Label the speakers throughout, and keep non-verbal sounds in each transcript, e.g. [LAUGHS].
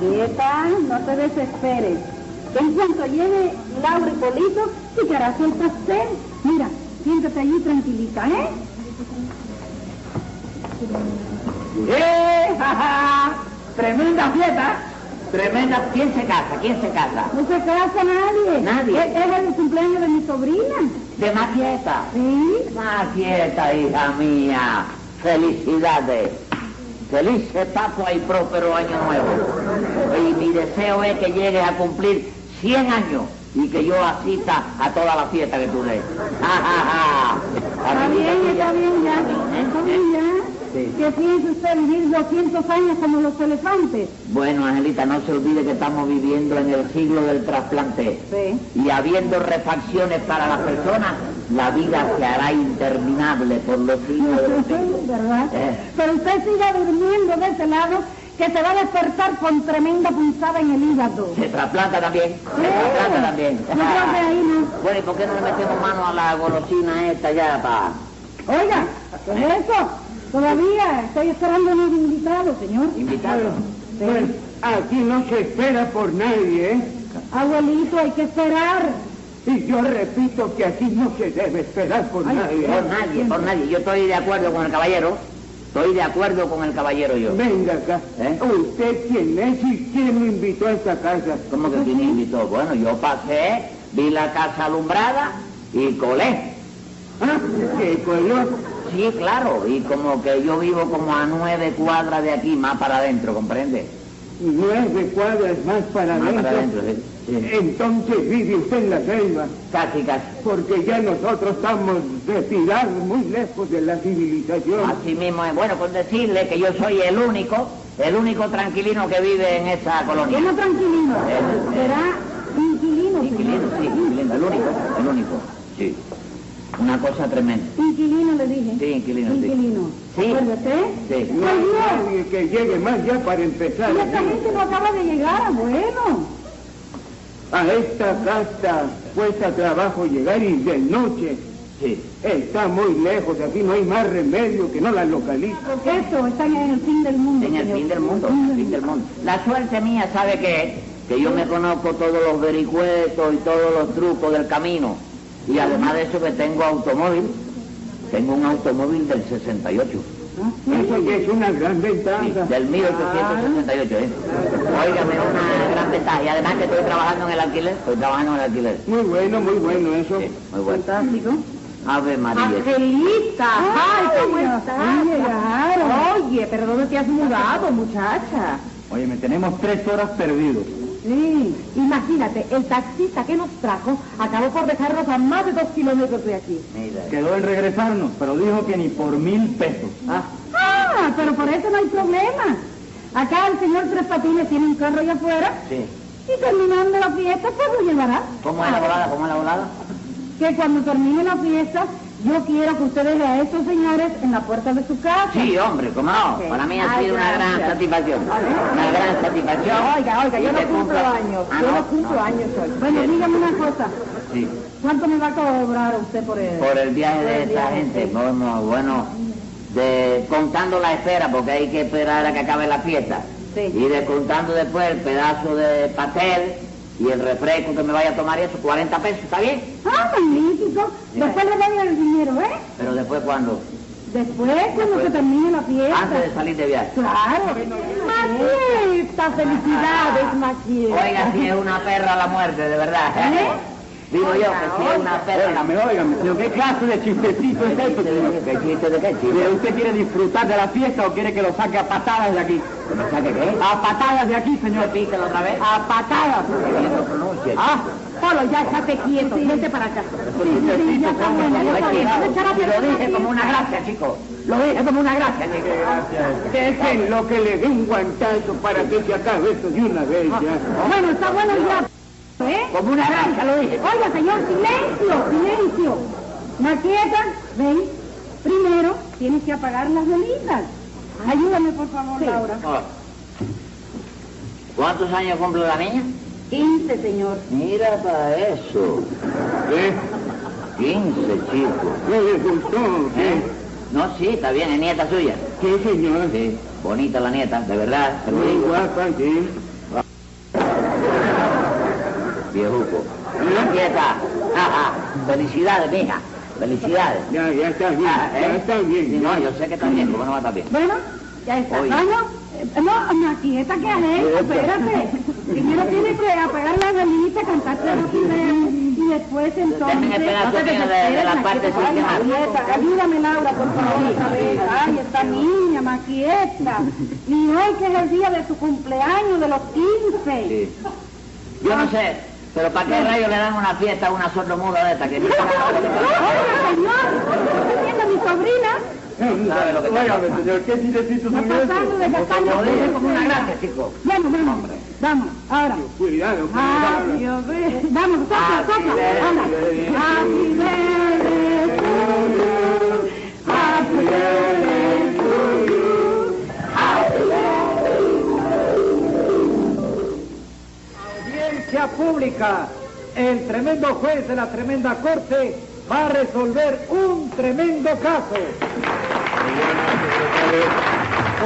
Speaker 1: dieta, no te desesperes. En cuanto llegue Laura y Polito, picarás el pastel. Mira, siéntate allí tranquilita, ¿eh?
Speaker 2: ¡Eh! ¡Ja, ja! ¡Tremenda fiesta! Tremenda. ¿Quién se casa? ¿Quién se casa?
Speaker 1: No se casa nadie.
Speaker 2: Nadie.
Speaker 1: Es, es el cumpleaños de mi sobrina.
Speaker 2: ¿De más fiesta?
Speaker 1: Sí.
Speaker 2: Más fiesta, hija mía. Felicidades. Feliz Pascua y próspero año nuevo. Y mi deseo es que llegues a cumplir 100 años y que yo asista a toda la fiesta que tú des. ¡Ja, ja, ja!
Speaker 1: Está bien,
Speaker 2: Amiguita
Speaker 1: está
Speaker 2: tuya.
Speaker 1: bien ya.
Speaker 2: ¿Eh?
Speaker 1: Está bien ya.
Speaker 2: Sí.
Speaker 1: ¿Qué piensa usted vivir 200 años como los elefantes?
Speaker 2: Bueno, Angelita, no se olvide que estamos viviendo en el siglo del trasplante.
Speaker 1: Sí.
Speaker 2: y habiendo refacciones para las personas, la vida se hará interminable por los siglos de los
Speaker 1: [LAUGHS]
Speaker 2: siglos.
Speaker 1: ¿Verdad?
Speaker 2: Eh.
Speaker 1: Pero usted siga durmiendo de ese lado que se va a despertar con tremenda punzada en el hígado.
Speaker 2: Se trasplanta también, se
Speaker 1: Eh,
Speaker 2: trasplanta también.
Speaker 1: No creo que ahí no.
Speaker 2: Bueno, ¿y por qué no le metemos mano a la golosina esta ya para...?
Speaker 1: Oiga, ¿qué es eso? Todavía estoy esperando unos invitados, señor.
Speaker 2: Invitados.
Speaker 3: Bueno, aquí no se espera por nadie, ¿eh?
Speaker 1: Abuelito, hay que esperar.
Speaker 3: Y yo repito que aquí no se debe esperar por nadie. ¿eh?
Speaker 2: Por nadie, por nadie. Yo estoy de acuerdo con el caballero, estoy de acuerdo con el caballero yo.
Speaker 3: Venga acá.
Speaker 2: ¿Eh?
Speaker 3: ¿Usted quién es y quién me invitó a esta casa?
Speaker 2: ¿Cómo que quién invitó? Bueno, yo pasé, vi la casa alumbrada y colé.
Speaker 3: ¿Ah? ¿Qué color?
Speaker 2: Sí, claro, y como que yo vivo como a nueve cuadras de aquí, más para adentro, ¿comprende?
Speaker 3: Nueve cuadras más para
Speaker 2: Más
Speaker 3: adentro.
Speaker 2: para adentro, sí. sí.
Speaker 3: Entonces vive usted en la selva,
Speaker 2: Casi, casi.
Speaker 3: porque ya nosotros estamos retirados muy lejos de la civilización.
Speaker 2: Así mismo es. Bueno, pues decirle que yo soy el único, el único tranquilino que vive en esa
Speaker 1: Que
Speaker 2: colonia.
Speaker 1: no tranquilino.
Speaker 2: Eh, eh.
Speaker 1: Será inquilino,
Speaker 2: Inquilino,
Speaker 1: señor.
Speaker 2: sí, inquilino, el único, el único. Sí. Una cosa tremenda.
Speaker 1: Inquilino le dije.
Speaker 2: Sí, inquilino, sí.
Speaker 1: Inquilino.
Speaker 2: Sí.
Speaker 1: Acuérdate.
Speaker 2: Sí.
Speaker 3: No hay
Speaker 1: Ay, Dios.
Speaker 3: nadie que llegue más ya para empezar.
Speaker 1: Y esta gente no acaba de llegar, abuelo.
Speaker 3: A esta casa cuesta trabajo llegar y de noche.
Speaker 2: Sí.
Speaker 3: Está muy lejos, de aquí no hay más remedio que no la localice.
Speaker 1: Porque esto están en el fin del mundo.
Speaker 2: En el
Speaker 1: señor.
Speaker 2: fin del mundo, en el fin del mundo. La suerte mía, ¿sabe qué es? Que yo me conozco todos los vericuetos y todos los trucos del camino. Y además de eso que tengo automóvil, tengo un automóvil del 68.
Speaker 1: Ah, sí.
Speaker 3: Eso ya es una gran
Speaker 2: Sí,
Speaker 3: ventaja.
Speaker 2: del 1868, ¿eh? Óigame, una gran ventaja. Y además que estoy trabajando en el alquiler, estoy trabajando en el alquiler.
Speaker 3: Muy bueno, muy bueno eso.
Speaker 2: Sí, muy bueno.
Speaker 1: Fantástico.
Speaker 2: Ave María.
Speaker 4: Angelita, ay, ¿cómo
Speaker 1: Dios
Speaker 4: estás?
Speaker 1: mío, claro.
Speaker 4: Oye, pero ¿dónde te has mudado, muchacha?
Speaker 3: Oye, me tenemos tres horas perdidos.
Speaker 4: Sí. Imagínate, el taxista que nos trajo acabó por dejarnos a más de dos kilómetros de aquí.
Speaker 2: Mira.
Speaker 3: Quedó en regresarnos, pero dijo que ni por mil pesos.
Speaker 2: Ah,
Speaker 1: Ah, pero por eso no hay problema. Acá el señor Tres Patines tiene un carro allá afuera
Speaker 2: sí.
Speaker 1: y terminando la fiesta se lo llevará. Ah,
Speaker 2: ¿Cómo es la volada? ¿Cómo es la volada?
Speaker 1: Que cuando termine la fiesta, yo quiero que ustedes vean a estos señores en la puerta de su casa.
Speaker 2: Sí, hombre, cómo no.
Speaker 4: Sí.
Speaker 2: Para mí ha
Speaker 4: Ay,
Speaker 2: sido una gran
Speaker 4: gracias.
Speaker 2: satisfacción. Una gran satisfacción.
Speaker 4: Oiga, oiga, yo
Speaker 2: Y
Speaker 4: no
Speaker 2: que
Speaker 4: cumplo
Speaker 2: cumpla-
Speaker 4: años,
Speaker 2: Ah,
Speaker 4: yo no cumplo años hoy.
Speaker 1: Bueno, dígame una cosa.
Speaker 2: Sí.
Speaker 1: ¿Cuánto me va a cobrar usted por el...
Speaker 2: Por el viaje
Speaker 1: Por
Speaker 2: de
Speaker 1: el
Speaker 2: esta
Speaker 1: viaje,
Speaker 2: gente,
Speaker 1: sí.
Speaker 2: bueno, bueno, de, contando la espera, porque hay que esperar a que acabe la fiesta.
Speaker 1: Sí.
Speaker 2: Y descontando después el pedazo de pastel y el refresco que me vaya a tomar y eso, 40 pesos, ¿está bien?
Speaker 1: Ah, magnífico. Después le doy el dinero, ¿eh?
Speaker 2: Pero después cuando,
Speaker 1: Después, cuando se termine la fiesta.
Speaker 2: antes de salir de viaje.
Speaker 1: Claro.
Speaker 4: Maquita, felicidades, Maquita.
Speaker 2: Ah, Oiga, si es una perra la muerte, de verdad.
Speaker 1: ¿Eh?
Speaker 2: Digo yo que
Speaker 3: pues,
Speaker 2: si es una perra la muerte.
Speaker 3: Óigame, óigame, pero ¿qué clase de chistecito es esto?
Speaker 2: ¿Qué chiste de qué, chico?
Speaker 3: ¿Usted quiere disfrutar de la fiesta o quiere que lo saque a patadas de aquí?
Speaker 2: ¿Que me saque qué?
Speaker 3: A patadas de aquí, señor.
Speaker 2: Repítelo otra vez.
Speaker 3: A patadas.
Speaker 2: Bien lo pronuncia, chico.
Speaker 3: Ah,
Speaker 4: Polo, ya estate quieto, vente para acá.
Speaker 2: Sí,
Speaker 4: ya está bueno, ya está bien. Vamos a echar a perder
Speaker 2: Lo dije
Speaker 4: la
Speaker 2: como una gracia, chico. Lo dije como una gracia, chico.
Speaker 3: dejen lo que le dé un guantazo para que se acabe esto de una vez ya.
Speaker 1: Bueno, está bueno ya. ¿Eh?
Speaker 2: Ah, Como una gracia, lo dije.
Speaker 1: Oiga, señor, silencio, silencio. Maqueta, ven. Primero, tienes que apagar las velitas. Ayúdame, por favor, Laura.
Speaker 2: Ah. ¿Cuántos años cumple la niña?
Speaker 1: 15, señor.
Speaker 2: Mira para eso.
Speaker 3: ¿Eh?
Speaker 2: 15, chico.
Speaker 3: ¿Qué le gustó?
Speaker 2: ¿Eh?
Speaker 3: ¿Eh?
Speaker 2: No, sí, está bien, es nieta suya.
Speaker 3: Sí, señor.
Speaker 2: Sí, bonita la nieta, de verdad. te lo
Speaker 3: Muy
Speaker 2: digo.
Speaker 3: guapa, sí.
Speaker 2: viejuco. Aquí está. Felicidades, mija. Felicidades.
Speaker 3: Ya, ya está bien,
Speaker 2: Ah,
Speaker 3: ya
Speaker 2: ¿eh?
Speaker 3: está
Speaker 2: Sí,
Speaker 3: bien.
Speaker 2: no,
Speaker 3: ya.
Speaker 2: yo sé que está bien, ¿cómo no va a estar bien?
Speaker 1: Bueno, ya está.
Speaker 2: Oye.
Speaker 1: Vamos. Eh, No, Maquieta, ¿qué has hecho? Espérate. Primero tienes que apagar la velinita, cantarte la primera y después entonces...
Speaker 2: Déjame pegar
Speaker 1: No te
Speaker 2: tu mierda de- de la
Speaker 1: desesperes,
Speaker 2: parte
Speaker 1: Maquieta. Ay,
Speaker 2: social.
Speaker 1: Maquieta, ayúdame, Laura, por favor, esta vez. Ay, esta niña, Maquieta. Y hoy que es el día de su cumpleaños, de los 15.
Speaker 2: Sí. Yo no sé, pero ¿para qué rayos le dan una fiesta a una sordomuda de esta
Speaker 3: [LAUGHS]
Speaker 2: que ni sabe
Speaker 1: [LAUGHS] Oiga, señor, está viendo a mi sobrina.
Speaker 2: sabe lo que está
Speaker 3: Óigame,
Speaker 2: pasando?
Speaker 3: Ah, señor, ¿qué silencio
Speaker 1: Está
Speaker 3: son esos?
Speaker 1: pasando de castaño.
Speaker 2: Lo dije como una gracia, chico.
Speaker 1: Bueno, vamos. Vamos, ahora.
Speaker 3: Cuidado,
Speaker 2: Ah,
Speaker 3: cuidado.
Speaker 1: Happy birthday. Vamos, sopla, sopla. Anda.
Speaker 3: birthday.
Speaker 1: Happy birthday to you. Happy birthday to you. Happy birthday.
Speaker 5: Audiencia pública. El tremendo juez de la tremenda corte va a resolver un tremendo caso.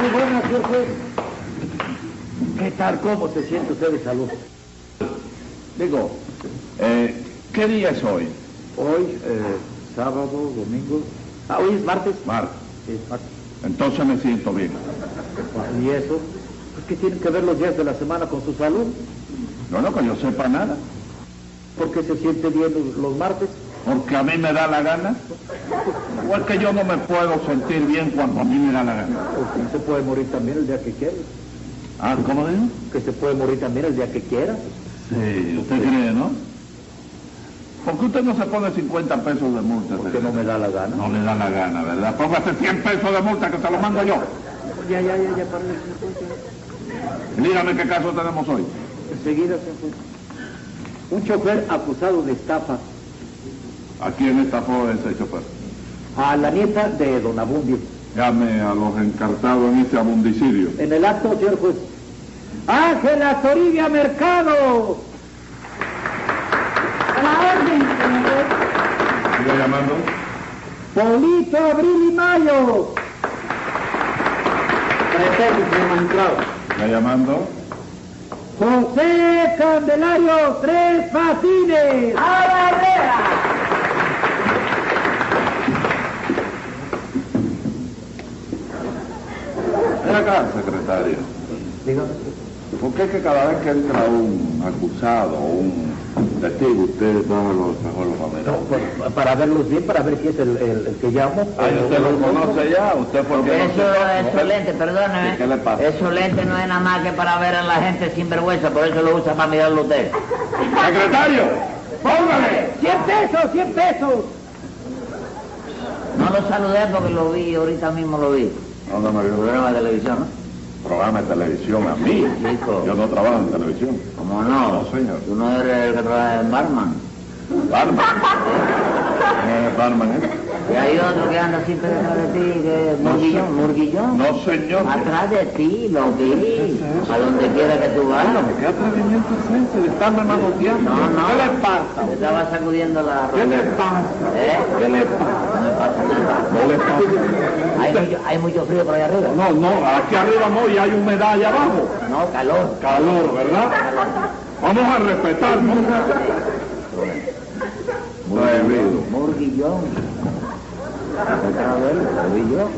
Speaker 3: Muy buenas, señor juez. ¿Qué tal? ¿Cómo se siente usted de salud?
Speaker 6: Digo, eh, ¿qué día es hoy?
Speaker 3: Hoy, eh, sábado, domingo. Ah, hoy es martes.
Speaker 6: Martes.
Speaker 3: Es martes.
Speaker 6: Entonces me siento bien.
Speaker 3: ¿Y eso? Pues que tienen que ver los días de la semana con su salud,
Speaker 6: No, no que yo sepa nada.
Speaker 3: porque se siente bien los- los martes.
Speaker 6: Porque a mí me da la gana. O es que yo no me puedo sentir bien cuando a mí me da la gana.
Speaker 3: Porque se puede morir también el día que quiera.
Speaker 6: Ah, ¿cómo digo?
Speaker 3: Que se puede morir también el día que quiera.
Speaker 6: Sí, usted cree, ¿no? ¿Por qué usted no se pone 50 pesos de multa?
Speaker 3: Porque no
Speaker 6: señor?
Speaker 3: me da la gana.
Speaker 6: No le da la gana, ¿verdad? Póngase 100 pesos de multa que se lo mando yo.
Speaker 3: Ya, ya, ya, ya, para
Speaker 6: Dígame qué caso tenemos hoy.
Speaker 3: Enseguida, señor juez. Un chofer acusado de estafa
Speaker 6: ¿A quién estafó ese chofer?
Speaker 3: a la nieta de Don Abundio.
Speaker 6: Llame a los encartados en este abundicidio.
Speaker 3: En el acto, señor juez.
Speaker 5: Ángela Toribia Mercado.
Speaker 1: A la orden, señor.
Speaker 6: ¿Sigue llamando?
Speaker 5: Polito Abril y Mayo.
Speaker 6: ¿Sigue llamando?
Speaker 5: José Candelario Tres Patines.
Speaker 6: Ven acá, secretario. ¿Por qué es que cada vez que entra un acusado o un testigo, usted va a los mejor los amenosos?
Speaker 3: pues, Para verlos bien, para ver si es el, el- el que llamo.
Speaker 6: Ay, Ah, usted lo conoce ya, usted por qué no
Speaker 2: Eso,
Speaker 6: se-
Speaker 2: esos lentes, perdóneme.
Speaker 6: ¿Qué le pasa?
Speaker 2: Esos lentes no es nada más que para ver a la gente sin vergüenza, por eso lo usa para mirarlo usted.
Speaker 6: ¡Secretario! ¡Póngale!
Speaker 5: 100 pesos, 100 pesos.
Speaker 2: No lo saludé porque lo vi, ahorita mismo lo vi.
Speaker 6: ¿Dónde me
Speaker 2: El
Speaker 6: vio?
Speaker 2: programa de televisión, ¿no?
Speaker 6: Programa de televisión a mí.
Speaker 2: Chico.
Speaker 6: Yo no trabajo en televisión.
Speaker 2: ¿Cómo no?
Speaker 6: No, señor.
Speaker 2: Tú no eres el que trabaja en Barman.
Speaker 6: Barman. Eh, barman, ¿eh?
Speaker 2: Y hay otro que anda siempre detrás de ti, que es
Speaker 6: No,
Speaker 2: Murguillón,
Speaker 6: señor.
Speaker 2: Murguillón.
Speaker 6: No, señor.
Speaker 2: Atrás de ti, lo vi. A donde quiera que tú vayas.
Speaker 6: ¿Qué atrevimiento es ese de estarme manoteando?
Speaker 2: No, no.
Speaker 6: ¿Qué le pasa?
Speaker 2: Te estaba sacudiendo la ropa.
Speaker 6: ¿Qué le pasa?
Speaker 2: ¿Eh?
Speaker 6: ¿Qué le pasa?
Speaker 2: No me pasa nada.
Speaker 6: No le pasa.
Speaker 2: Hay mucho, hay mucho frío por ahí arriba.
Speaker 6: No, no, aquí arriba no y hay humedad allá abajo.
Speaker 2: No, calor.
Speaker 6: Calor, ¿verdad? Vamos a respetarnos. Prohibido.
Speaker 2: Murguillón. Otra vez, lo vi yo.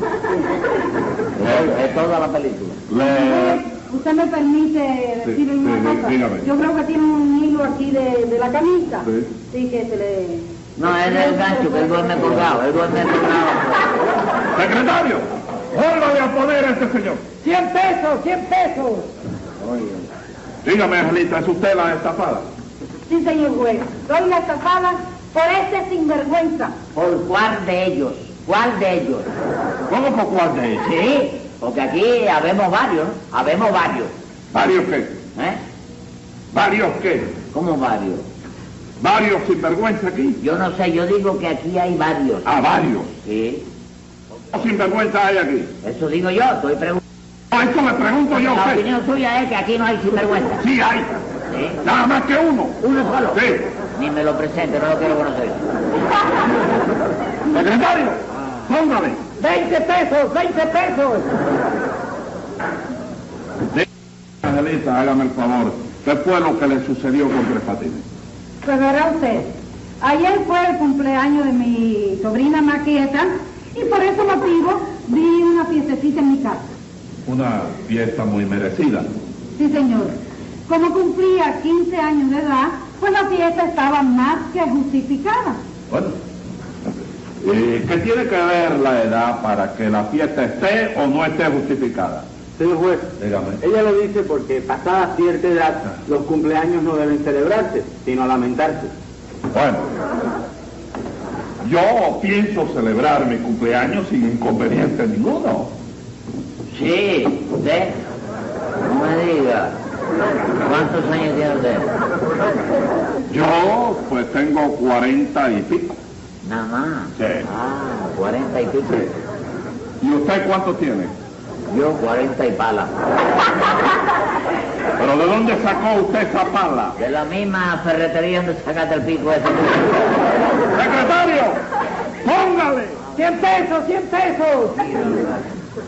Speaker 2: Es, es toda la película.
Speaker 6: Le...
Speaker 1: Usted me permite
Speaker 6: Sí,
Speaker 1: decirle
Speaker 6: sí,
Speaker 1: una cosa.
Speaker 6: dígame.
Speaker 1: Yo creo que tiene un hilo aquí de, de la camisa.
Speaker 6: Sí.
Speaker 1: que se le.
Speaker 2: No, es del gancho, que él duerme colgado, él duerme colgado.
Speaker 6: Secretario, vuélvale a poner a este señor.
Speaker 5: 100 pesos, 100 pesos.
Speaker 6: Dígame, Angelita, ¿es usted la estafada?
Speaker 1: Sí, señor juez. Soy la estafada por este sinvergüenza.
Speaker 2: ¿Por cuál de ellos? ¿Cuál de ellos?
Speaker 6: ¿Cómo por cuál de ellos?
Speaker 2: Sí, porque aquí habemos varios, ¿no? Habemos varios.
Speaker 6: ¿Varios qué?
Speaker 2: ¿Eh?
Speaker 6: ¿Varios qué?
Speaker 2: ¿Cómo varios?
Speaker 6: ¿Varios sinvergüenza aquí?
Speaker 2: Yo no sé, yo digo que aquí hay varios.
Speaker 6: A varios.
Speaker 2: Sí,
Speaker 6: ¿Cuántos sinvergüenza hay aquí?
Speaker 2: eso digo yo, estoy preguntando.
Speaker 6: No, esto le pregunto yo a
Speaker 2: La
Speaker 6: usted.
Speaker 2: opinión suya es que aquí no hay sinvergüenza.
Speaker 6: Sí hay.
Speaker 2: ¿Sí?
Speaker 6: Nada más que uno.
Speaker 2: ¿Uno solo?
Speaker 6: Sí.
Speaker 2: Ni me lo presente, no lo quiero conocer.
Speaker 6: Secretario, póngale.
Speaker 5: 20 pesos, 20 pesos.
Speaker 6: Angelita, hágame el favor. ¿Qué fue lo que le sucedió con Tres Patines?
Speaker 1: Pues verá usted, ayer fue el cumpleaños de mi sobrina Maqueta y por ese motivo di una fiestecita en mi casa.
Speaker 6: Una fiesta muy merecida.
Speaker 1: Sí, señor. Como cumplía 15 años de edad, pues la fiesta estaba más que justificada.
Speaker 6: Bueno. Eh, ¿Qué tiene que ver la edad para que la fiesta esté o no esté justificada?
Speaker 3: Señor juez,
Speaker 6: Dígame.
Speaker 3: ella lo dice porque pasada cierta edad los cumpleaños no deben celebrarse, sino lamentarse.
Speaker 6: Bueno, yo pienso celebrar mi cumpleaños sin inconveniente ninguno.
Speaker 2: Sí, ¿ve? No me diga. ¿Cuántos años tiene usted?
Speaker 6: Yo pues tengo cuarenta y pico.
Speaker 2: Nada más.
Speaker 6: Sí.
Speaker 2: Ah, cuarenta y pico.
Speaker 6: ¿Y usted cuánto tiene?
Speaker 2: Yo cuarenta y pala.
Speaker 6: ¿Pero de dónde sacó usted esa pala?
Speaker 2: De la misma ferretería donde sacaste el pico ese.
Speaker 6: ¡Secretario! ¡Póngale!
Speaker 5: ¡Cien pesos, cien pesos!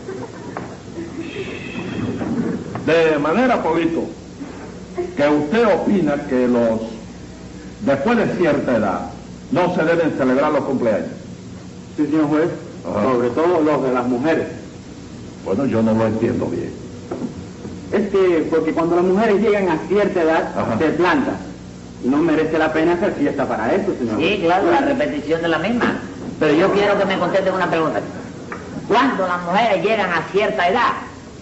Speaker 6: De manera, Polito, que usted opina que los después de cierta edad no se deben celebrar los cumpleaños.
Speaker 3: Sí, señor juez,
Speaker 6: Ajá.
Speaker 3: sobre todo los de las mujeres.
Speaker 6: Bueno, yo no lo entiendo bien.
Speaker 3: Es que porque cuando las mujeres llegan a cierta edad,
Speaker 6: Ajá.
Speaker 3: se plantan. Y no merece la pena hacer fiesta para eso, señor
Speaker 2: Sí,
Speaker 3: juez.
Speaker 2: claro, la repetición de la misma. Pero yo quiero que me contesten una pregunta. ¿Cuándo las mujeres llegan a cierta edad?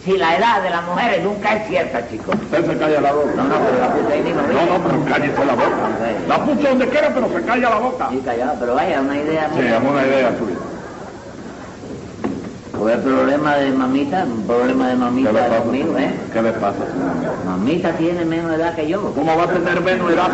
Speaker 2: Si la edad de las mujeres nunca es cierta, chicos.
Speaker 6: Usted se calla la boca.
Speaker 2: No, no, pero la puta ahí mismo.
Speaker 6: No, no, pero cállese la boca. La puso donde quiera, pero se calla la boca.
Speaker 2: Sí, callado, pero vaya, una idea
Speaker 6: Sí,
Speaker 2: mía.
Speaker 6: es una idea suya.
Speaker 2: Pues el problema de mamita, un problema de
Speaker 6: ¿Qué le
Speaker 2: mamita
Speaker 6: pasa?
Speaker 2: conmigo, ¿eh?
Speaker 6: ¿Qué le pasa, señor?
Speaker 2: Mamita tiene menos edad que yo.
Speaker 6: ¿Cómo va a tener menos edad?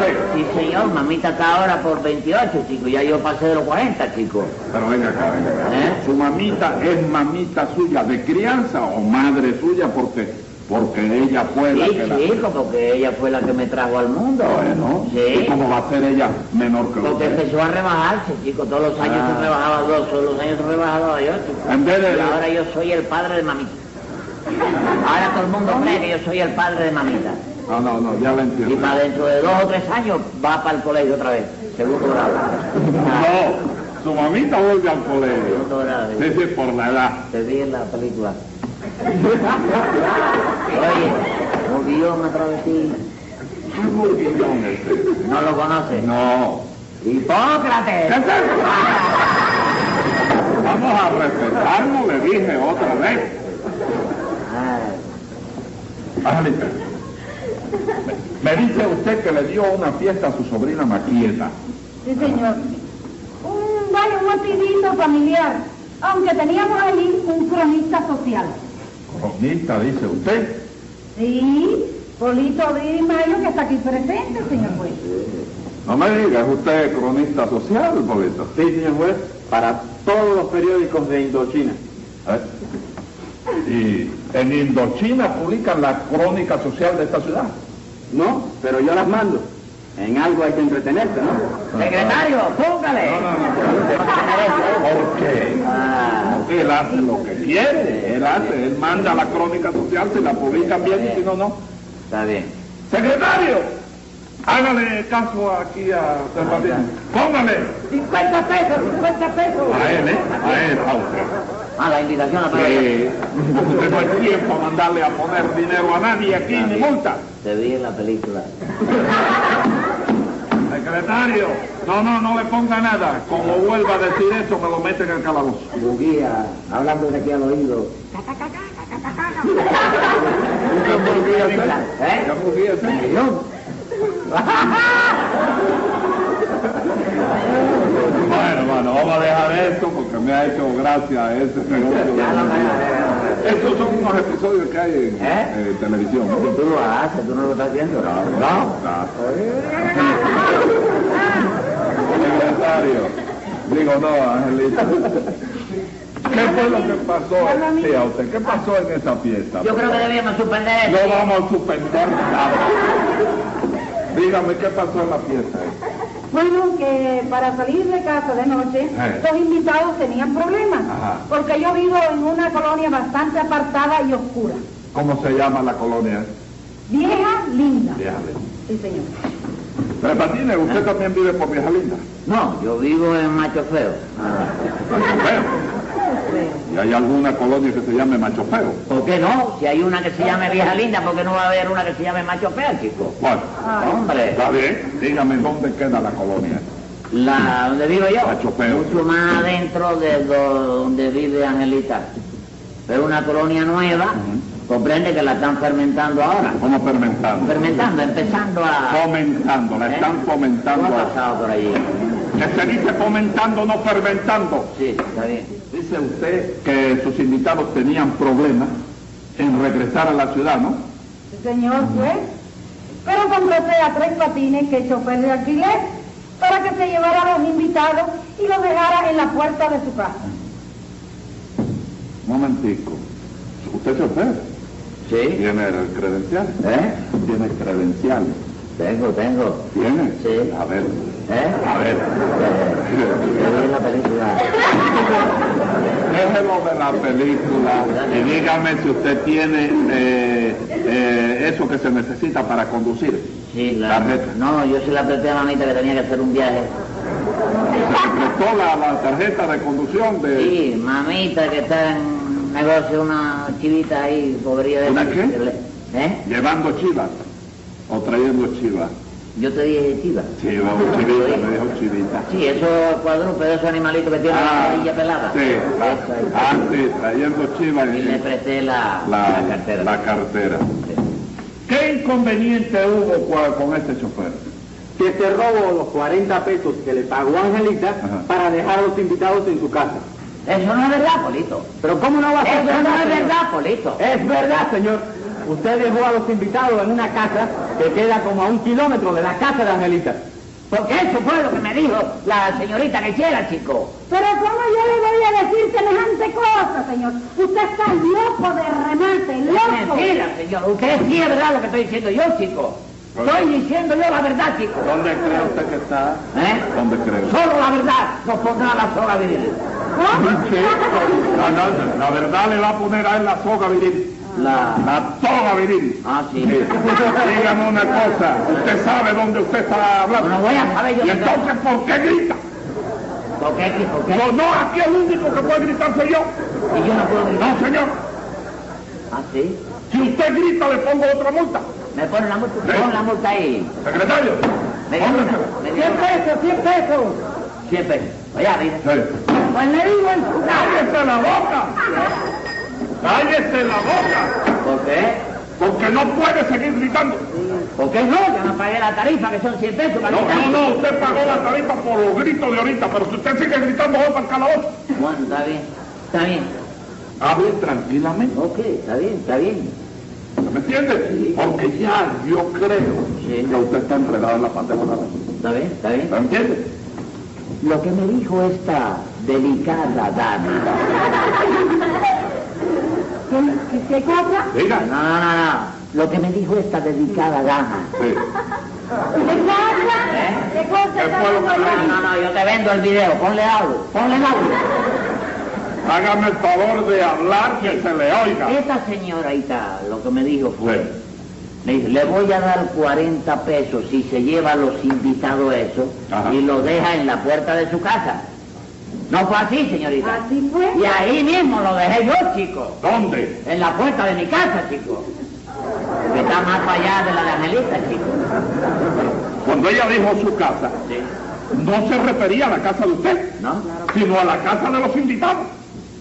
Speaker 6: Sí.
Speaker 2: Sí, señor, mamita está ahora por 28, chico. Ya yo pasé de los 40, chico.
Speaker 6: Pero venga acá, venga acá.
Speaker 2: ¿Eh?
Speaker 6: ¿Su mamita es mamita suya de crianza o madre suya porque, porque ella fue la
Speaker 2: Sí,
Speaker 6: que la...
Speaker 2: chico, porque ella fue la que me trajo al mundo.
Speaker 6: Bueno,
Speaker 2: Sí.
Speaker 6: ¿y cómo va a ser ella menor que
Speaker 2: Porque
Speaker 6: usted?
Speaker 2: empezó a rebajarse, chico. Todos los años
Speaker 6: Ah.
Speaker 2: se rebajaba dos, todos los años se rebajaba yo, chico.
Speaker 6: En vez de-
Speaker 2: Y ahora yo soy el padre de mamita. Ahora todo el mundo cree que yo soy el padre de mamita.
Speaker 6: No, Ah, no, no, ya la
Speaker 2: Y
Speaker 6: entiendo.
Speaker 2: para dentro de dos o tres años va para el colegio otra vez. Segundo grado.
Speaker 6: No, su mamita vuelve al colegio.
Speaker 2: Segundo grado.
Speaker 6: Sí, sí, por la edad.
Speaker 2: Te vi en la película. Oye, Morguillón otra vez sí.
Speaker 6: ¿Qué burguillón es ese?
Speaker 2: No lo conoces.
Speaker 6: este. No. ¿Qué es
Speaker 2: ¡Hipócrates! Ah,
Speaker 6: eso? Vamos a respetarnos, le dije otra vez.
Speaker 2: Ah,
Speaker 6: Angelita, me me dice usted que le dio una fiesta a su sobrina Maquieta.
Speaker 1: Sí, señor. Un, vaya, un motivito familiar, aunque teníamos ahí un cronista social.
Speaker 6: Cronista, dice usted.
Speaker 1: Sí, Polito Díaz Mayo, que está aquí presente, señor juez.
Speaker 6: No me diga, es usted cronista social, Polito.
Speaker 3: Sí, señor juez, para todos los periódicos de Indochina.
Speaker 6: ¿Eh? Y en Indochina publican la crónica social de esta ciudad.
Speaker 3: No, pero yo las mando. En algo hay que entretenerse, ¿no?
Speaker 2: Secretario, póngale.
Speaker 6: No, no, no. ¿Por qué?
Speaker 2: Ah,
Speaker 6: Porque él hace lo que quiere. Él hace, él manda la crónica social, si la publican bien y si no, no.
Speaker 2: está bien.
Speaker 6: Secretario, hágale caso aquí a Salvatierra. Póngale.
Speaker 5: 50 pesos, 50 pesos.
Speaker 6: A él, ¿eh? A él, a usted.
Speaker 2: Ah, la invitación a
Speaker 6: Sí. Usted Eh, [LAUGHS] no hay tiempo a mandarle a poner dinero a nadie aquí, ni multa.
Speaker 2: Te vi en la película.
Speaker 6: Secretario, no, no, no le ponga nada. Como vuelva a decir eso, me lo meten al calabozo.
Speaker 2: Buguía, hablando de aquí al oído.
Speaker 6: ¿Qué burguía es esa?
Speaker 2: ¿Eh?
Speaker 6: ¿Qué burguía es esa? Bueno, bueno, vamos a dejar esto porque me ha hecho gracia ese negocio.
Speaker 2: Ya lo veo.
Speaker 6: Estos son unos episodios que hay en
Speaker 2: ¿Eh?
Speaker 6: eh, televisión. ¿no?
Speaker 2: Tú lo haces, tú no lo estás viendo. No,
Speaker 6: Ah, Secretario. Digo, no, Angelita. ¿Qué fue lo que pasó? Sí, a usted, ¿qué pasó en esa fiesta?
Speaker 2: Yo creo que debíamos suspender
Speaker 6: No
Speaker 2: esto.
Speaker 6: vamos a suspender nada. Dígame, ¿qué pasó en la fiesta?
Speaker 1: Bueno, que para salir de casa de noche,
Speaker 6: Eh.
Speaker 1: los invitados tenían problemas,
Speaker 6: Ajá.
Speaker 1: porque yo vivo en una colonia bastante apartada y oscura.
Speaker 6: ¿Cómo se llama la colonia?
Speaker 1: Vieja, linda.
Speaker 6: Déjale.
Speaker 1: Sí, señor.
Speaker 6: Tres Patines, usted también vive por Vieja Linda.
Speaker 2: No, yo vivo en Macho Feo. Ah.
Speaker 6: Macho Feo. ¿Y hay alguna colonia que se llame Macho Feo?
Speaker 2: ¿Por qué no? Si hay una que se llame Vieja Linda, ¿por qué no va a haber una que se llame Macho Feo, chico?
Speaker 6: Bueno,
Speaker 2: Ah, hombre.
Speaker 6: está bien. Dígame dónde queda la colonia.
Speaker 2: La donde vivo yo.
Speaker 6: Macho Feo.
Speaker 2: Mucho más adentro de do- donde vive Angelita. Pero una colonia nueva, comprende que la están fermentando ahora.
Speaker 6: ¿Cómo fermentando?
Speaker 2: Fermentando, empezando a...
Speaker 6: Fomentando, la están
Speaker 2: ¿Cómo
Speaker 6: fomentando.
Speaker 2: ha
Speaker 6: ahora.
Speaker 2: pasado por allí?
Speaker 6: Que se dice fomentando, no fermentando.
Speaker 2: Sí, está bien.
Speaker 6: Dice usted que sus invitados tenían problemas en regresar a la ciudad, ¿no?
Speaker 1: Señor juez, pero contraté a tres patines que es chofer de alquiler para que se llevara a los invitados y los dejara en la puerta de su casa.
Speaker 6: Un momentico. Usted se ofrece.
Speaker 2: ¿Sí?
Speaker 6: Tiene el credencial.
Speaker 2: ¿Eh?
Speaker 6: Tiene credenciales.
Speaker 2: Tengo, tengo.
Speaker 6: ¿Tiene?
Speaker 2: Sí.
Speaker 6: A ver.
Speaker 2: ¿Eh?
Speaker 6: A ver.
Speaker 2: Yo vi la película.
Speaker 6: Déjelo de la película y dígame si usted tiene eh, eh, eso que se necesita para conducir.
Speaker 2: Sí, la...
Speaker 6: Tarjeta.
Speaker 2: No, yo se la presté a mamita que tenía que hacer un viaje.
Speaker 6: Se le prestó la, la tarjeta de conducción de...
Speaker 2: Sí, mamita que está en negocio, una chivita ahí, podría
Speaker 6: ¿Una
Speaker 2: decir
Speaker 6: qué?
Speaker 2: que le- ¿Eh?
Speaker 6: Llevando chivas o trayendo chivas.
Speaker 2: Yo te dije chiva.
Speaker 6: Chiva, o chivita, me dijo chivita. Ah,
Speaker 2: Sí, esos cuadrúpedos, esos animalitos que tienen la varilla pelada.
Speaker 6: sí, la-
Speaker 2: Eso ahí.
Speaker 6: ah, sí, trayendo chivas
Speaker 2: Y
Speaker 6: y
Speaker 2: le presté la,
Speaker 6: la,
Speaker 2: la cartera.
Speaker 6: la cartera. ¿Qué inconveniente hubo cua- con este chofer?
Speaker 3: Que se robó los 40 pesos que le pagó Angelita
Speaker 6: Ajá.
Speaker 3: para dejar a los invitados en su casa.
Speaker 2: Eso no es verdad, Polito.
Speaker 3: Pero ¿cómo no va
Speaker 2: Eso no es verdad, Polito.
Speaker 3: Es verdad, señor. Usted dejó a los invitados en una casa que queda como a un kilómetro de la casa de Angelita.
Speaker 2: Porque eso fue lo que me dijo la señorita que quiera, chico.
Speaker 1: Pero ¿cómo yo le voy a decir semejante cosa, señor? Usted está loco de remate,
Speaker 2: Es
Speaker 1: loco.
Speaker 2: Mentira, señor. Usted sí es verdad lo que estoy diciendo yo, chico. Estoy diciendo yo la verdad, chico.
Speaker 6: ¿Dónde cree usted que está?
Speaker 2: ¿Eh?
Speaker 6: ¿Dónde cree usted?
Speaker 2: Solo la verdad nos pondrá la sola viril.
Speaker 6: Sí, no, no, la verdad le va a poner a él la soga viril.
Speaker 2: La...
Speaker 6: La soga viril.
Speaker 2: Ah, sí.
Speaker 6: Sí. Dígame una cosa. Usted sabe dónde usted está hablando.
Speaker 2: No voy a saber yo.
Speaker 6: ¿Y entonces por qué grita?
Speaker 2: ¿Por qué, chico? ¿Por qué?
Speaker 6: No, no, aquí el único que puede gritar soy yo.
Speaker 2: Y yo no puedo gritar.
Speaker 6: No, señor.
Speaker 2: ¿Ah, sí?
Speaker 6: Si usted grita, le pongo otra multa.
Speaker 2: Me pone la multa, pon la multa ahí.
Speaker 6: Secretario,
Speaker 2: Media
Speaker 6: póngasela.
Speaker 2: multa, media multa.
Speaker 5: pesos, 100 pesos.
Speaker 2: Siempre. Oye, mira.
Speaker 6: Sí.
Speaker 2: Pues le digo en su cara.
Speaker 6: ¡Cállese la boca! ¡Cállese la boca!
Speaker 2: ¿Por qué?
Speaker 6: Porque no puede seguir gritando.
Speaker 2: ¿Por qué no? Yo no pagué la tarifa, que son 100 pesos.
Speaker 6: No,
Speaker 2: mamita.
Speaker 6: no, no, usted pagó la tarifa por los gritos de ahorita, pero si usted sigue gritando, va para el calabozo.
Speaker 2: Bueno, está bien. Está bien.
Speaker 6: Hable tranquilamente.
Speaker 2: Ok, está bien, está bien.
Speaker 6: ¿Me entiende? Porque ya yo creo
Speaker 2: Sí.
Speaker 6: que usted está enredado en la paternidad.
Speaker 2: Está bien, está bien.
Speaker 6: ¿Me entiende?
Speaker 2: Lo que me dijo esta delicada dama.
Speaker 1: ¿Qué, qué cosa?
Speaker 2: No,
Speaker 6: Diga.
Speaker 2: no, no, no. Lo que me dijo esta delicada dama.
Speaker 6: Sí.
Speaker 1: ¿Qué cosa? ¿Qué cosa?
Speaker 6: ¿Qué fue lo que le
Speaker 2: No, no, no, yo te vendo el video. Ponle audio. Ponle el audio.
Speaker 6: Hágame el favor de hablar que se le oiga.
Speaker 2: Esta señorita lo que me dijo fue,
Speaker 6: Sí.
Speaker 2: le dije, le voy a dar 40 pesos si se lleva a los invitados eso
Speaker 6: Ajá.
Speaker 2: y los deja en la puerta de su casa. No fue así, señorita.
Speaker 1: Así fue.
Speaker 2: Y ahí mismo lo dejé yo, chico.
Speaker 6: ¿Dónde?
Speaker 2: En la puerta de mi casa, chico. Que está más para allá de la de Angelita, chico.
Speaker 6: Cuando ella dijo su casa,
Speaker 2: Sí.
Speaker 6: no se refería a la casa de usted,
Speaker 2: ¿No?
Speaker 6: sino a la casa de los invitados.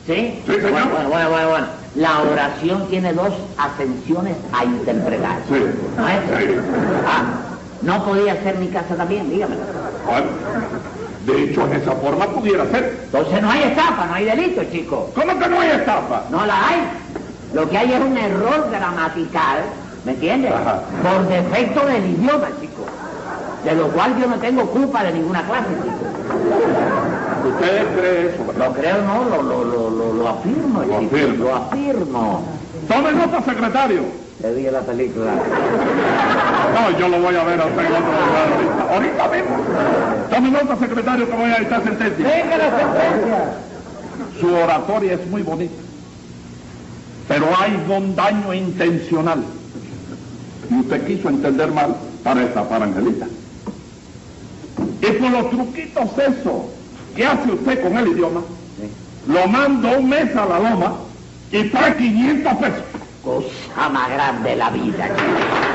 Speaker 2: ¿Sí?
Speaker 6: Sí, señor.
Speaker 2: Bueno, bueno, bueno, bueno, bueno. La oración tiene dos ascensiones a interpretar.
Speaker 6: Sí.
Speaker 2: ¿No es?
Speaker 6: Sí.
Speaker 2: Ah, no podía ser mi casa también, dígamelo.
Speaker 6: Bueno, de hecho, en esa forma pudiera ser.
Speaker 2: Entonces no hay estafa, no hay delito, chico.
Speaker 6: ¿Cómo que no hay estafa?
Speaker 2: No la hay. Lo que hay es un error gramatical, ¿me entiendes?
Speaker 6: Ajá.
Speaker 2: Por defecto del idioma, chico. De lo cual yo no tengo culpa de ninguna clase, chico.
Speaker 6: Usted cree eso, ¿verdad?
Speaker 2: Lo creo, no, lo, lo, lo, lo, lo afirmo,
Speaker 6: Lo
Speaker 2: chico.
Speaker 6: afirma.
Speaker 2: Lo afirmo.
Speaker 6: Tome nota, secretario.
Speaker 2: Te vi en la película.
Speaker 6: No, yo lo voy a ver a usted en otro lugar ahorita. Ahorita mismo. Tome nota, secretario, que voy a dictar sentencia.
Speaker 5: Venga la sentencia.
Speaker 6: Su oratoria es muy bonita, pero hay un daño intencional. Y usted quiso entender mal para estafar a Angelita. con los truquitos esos que hace usted con el idioma, lo mando un mes a la loma y trae 500 pesos.
Speaker 2: Cosa más grande de la vida. chico.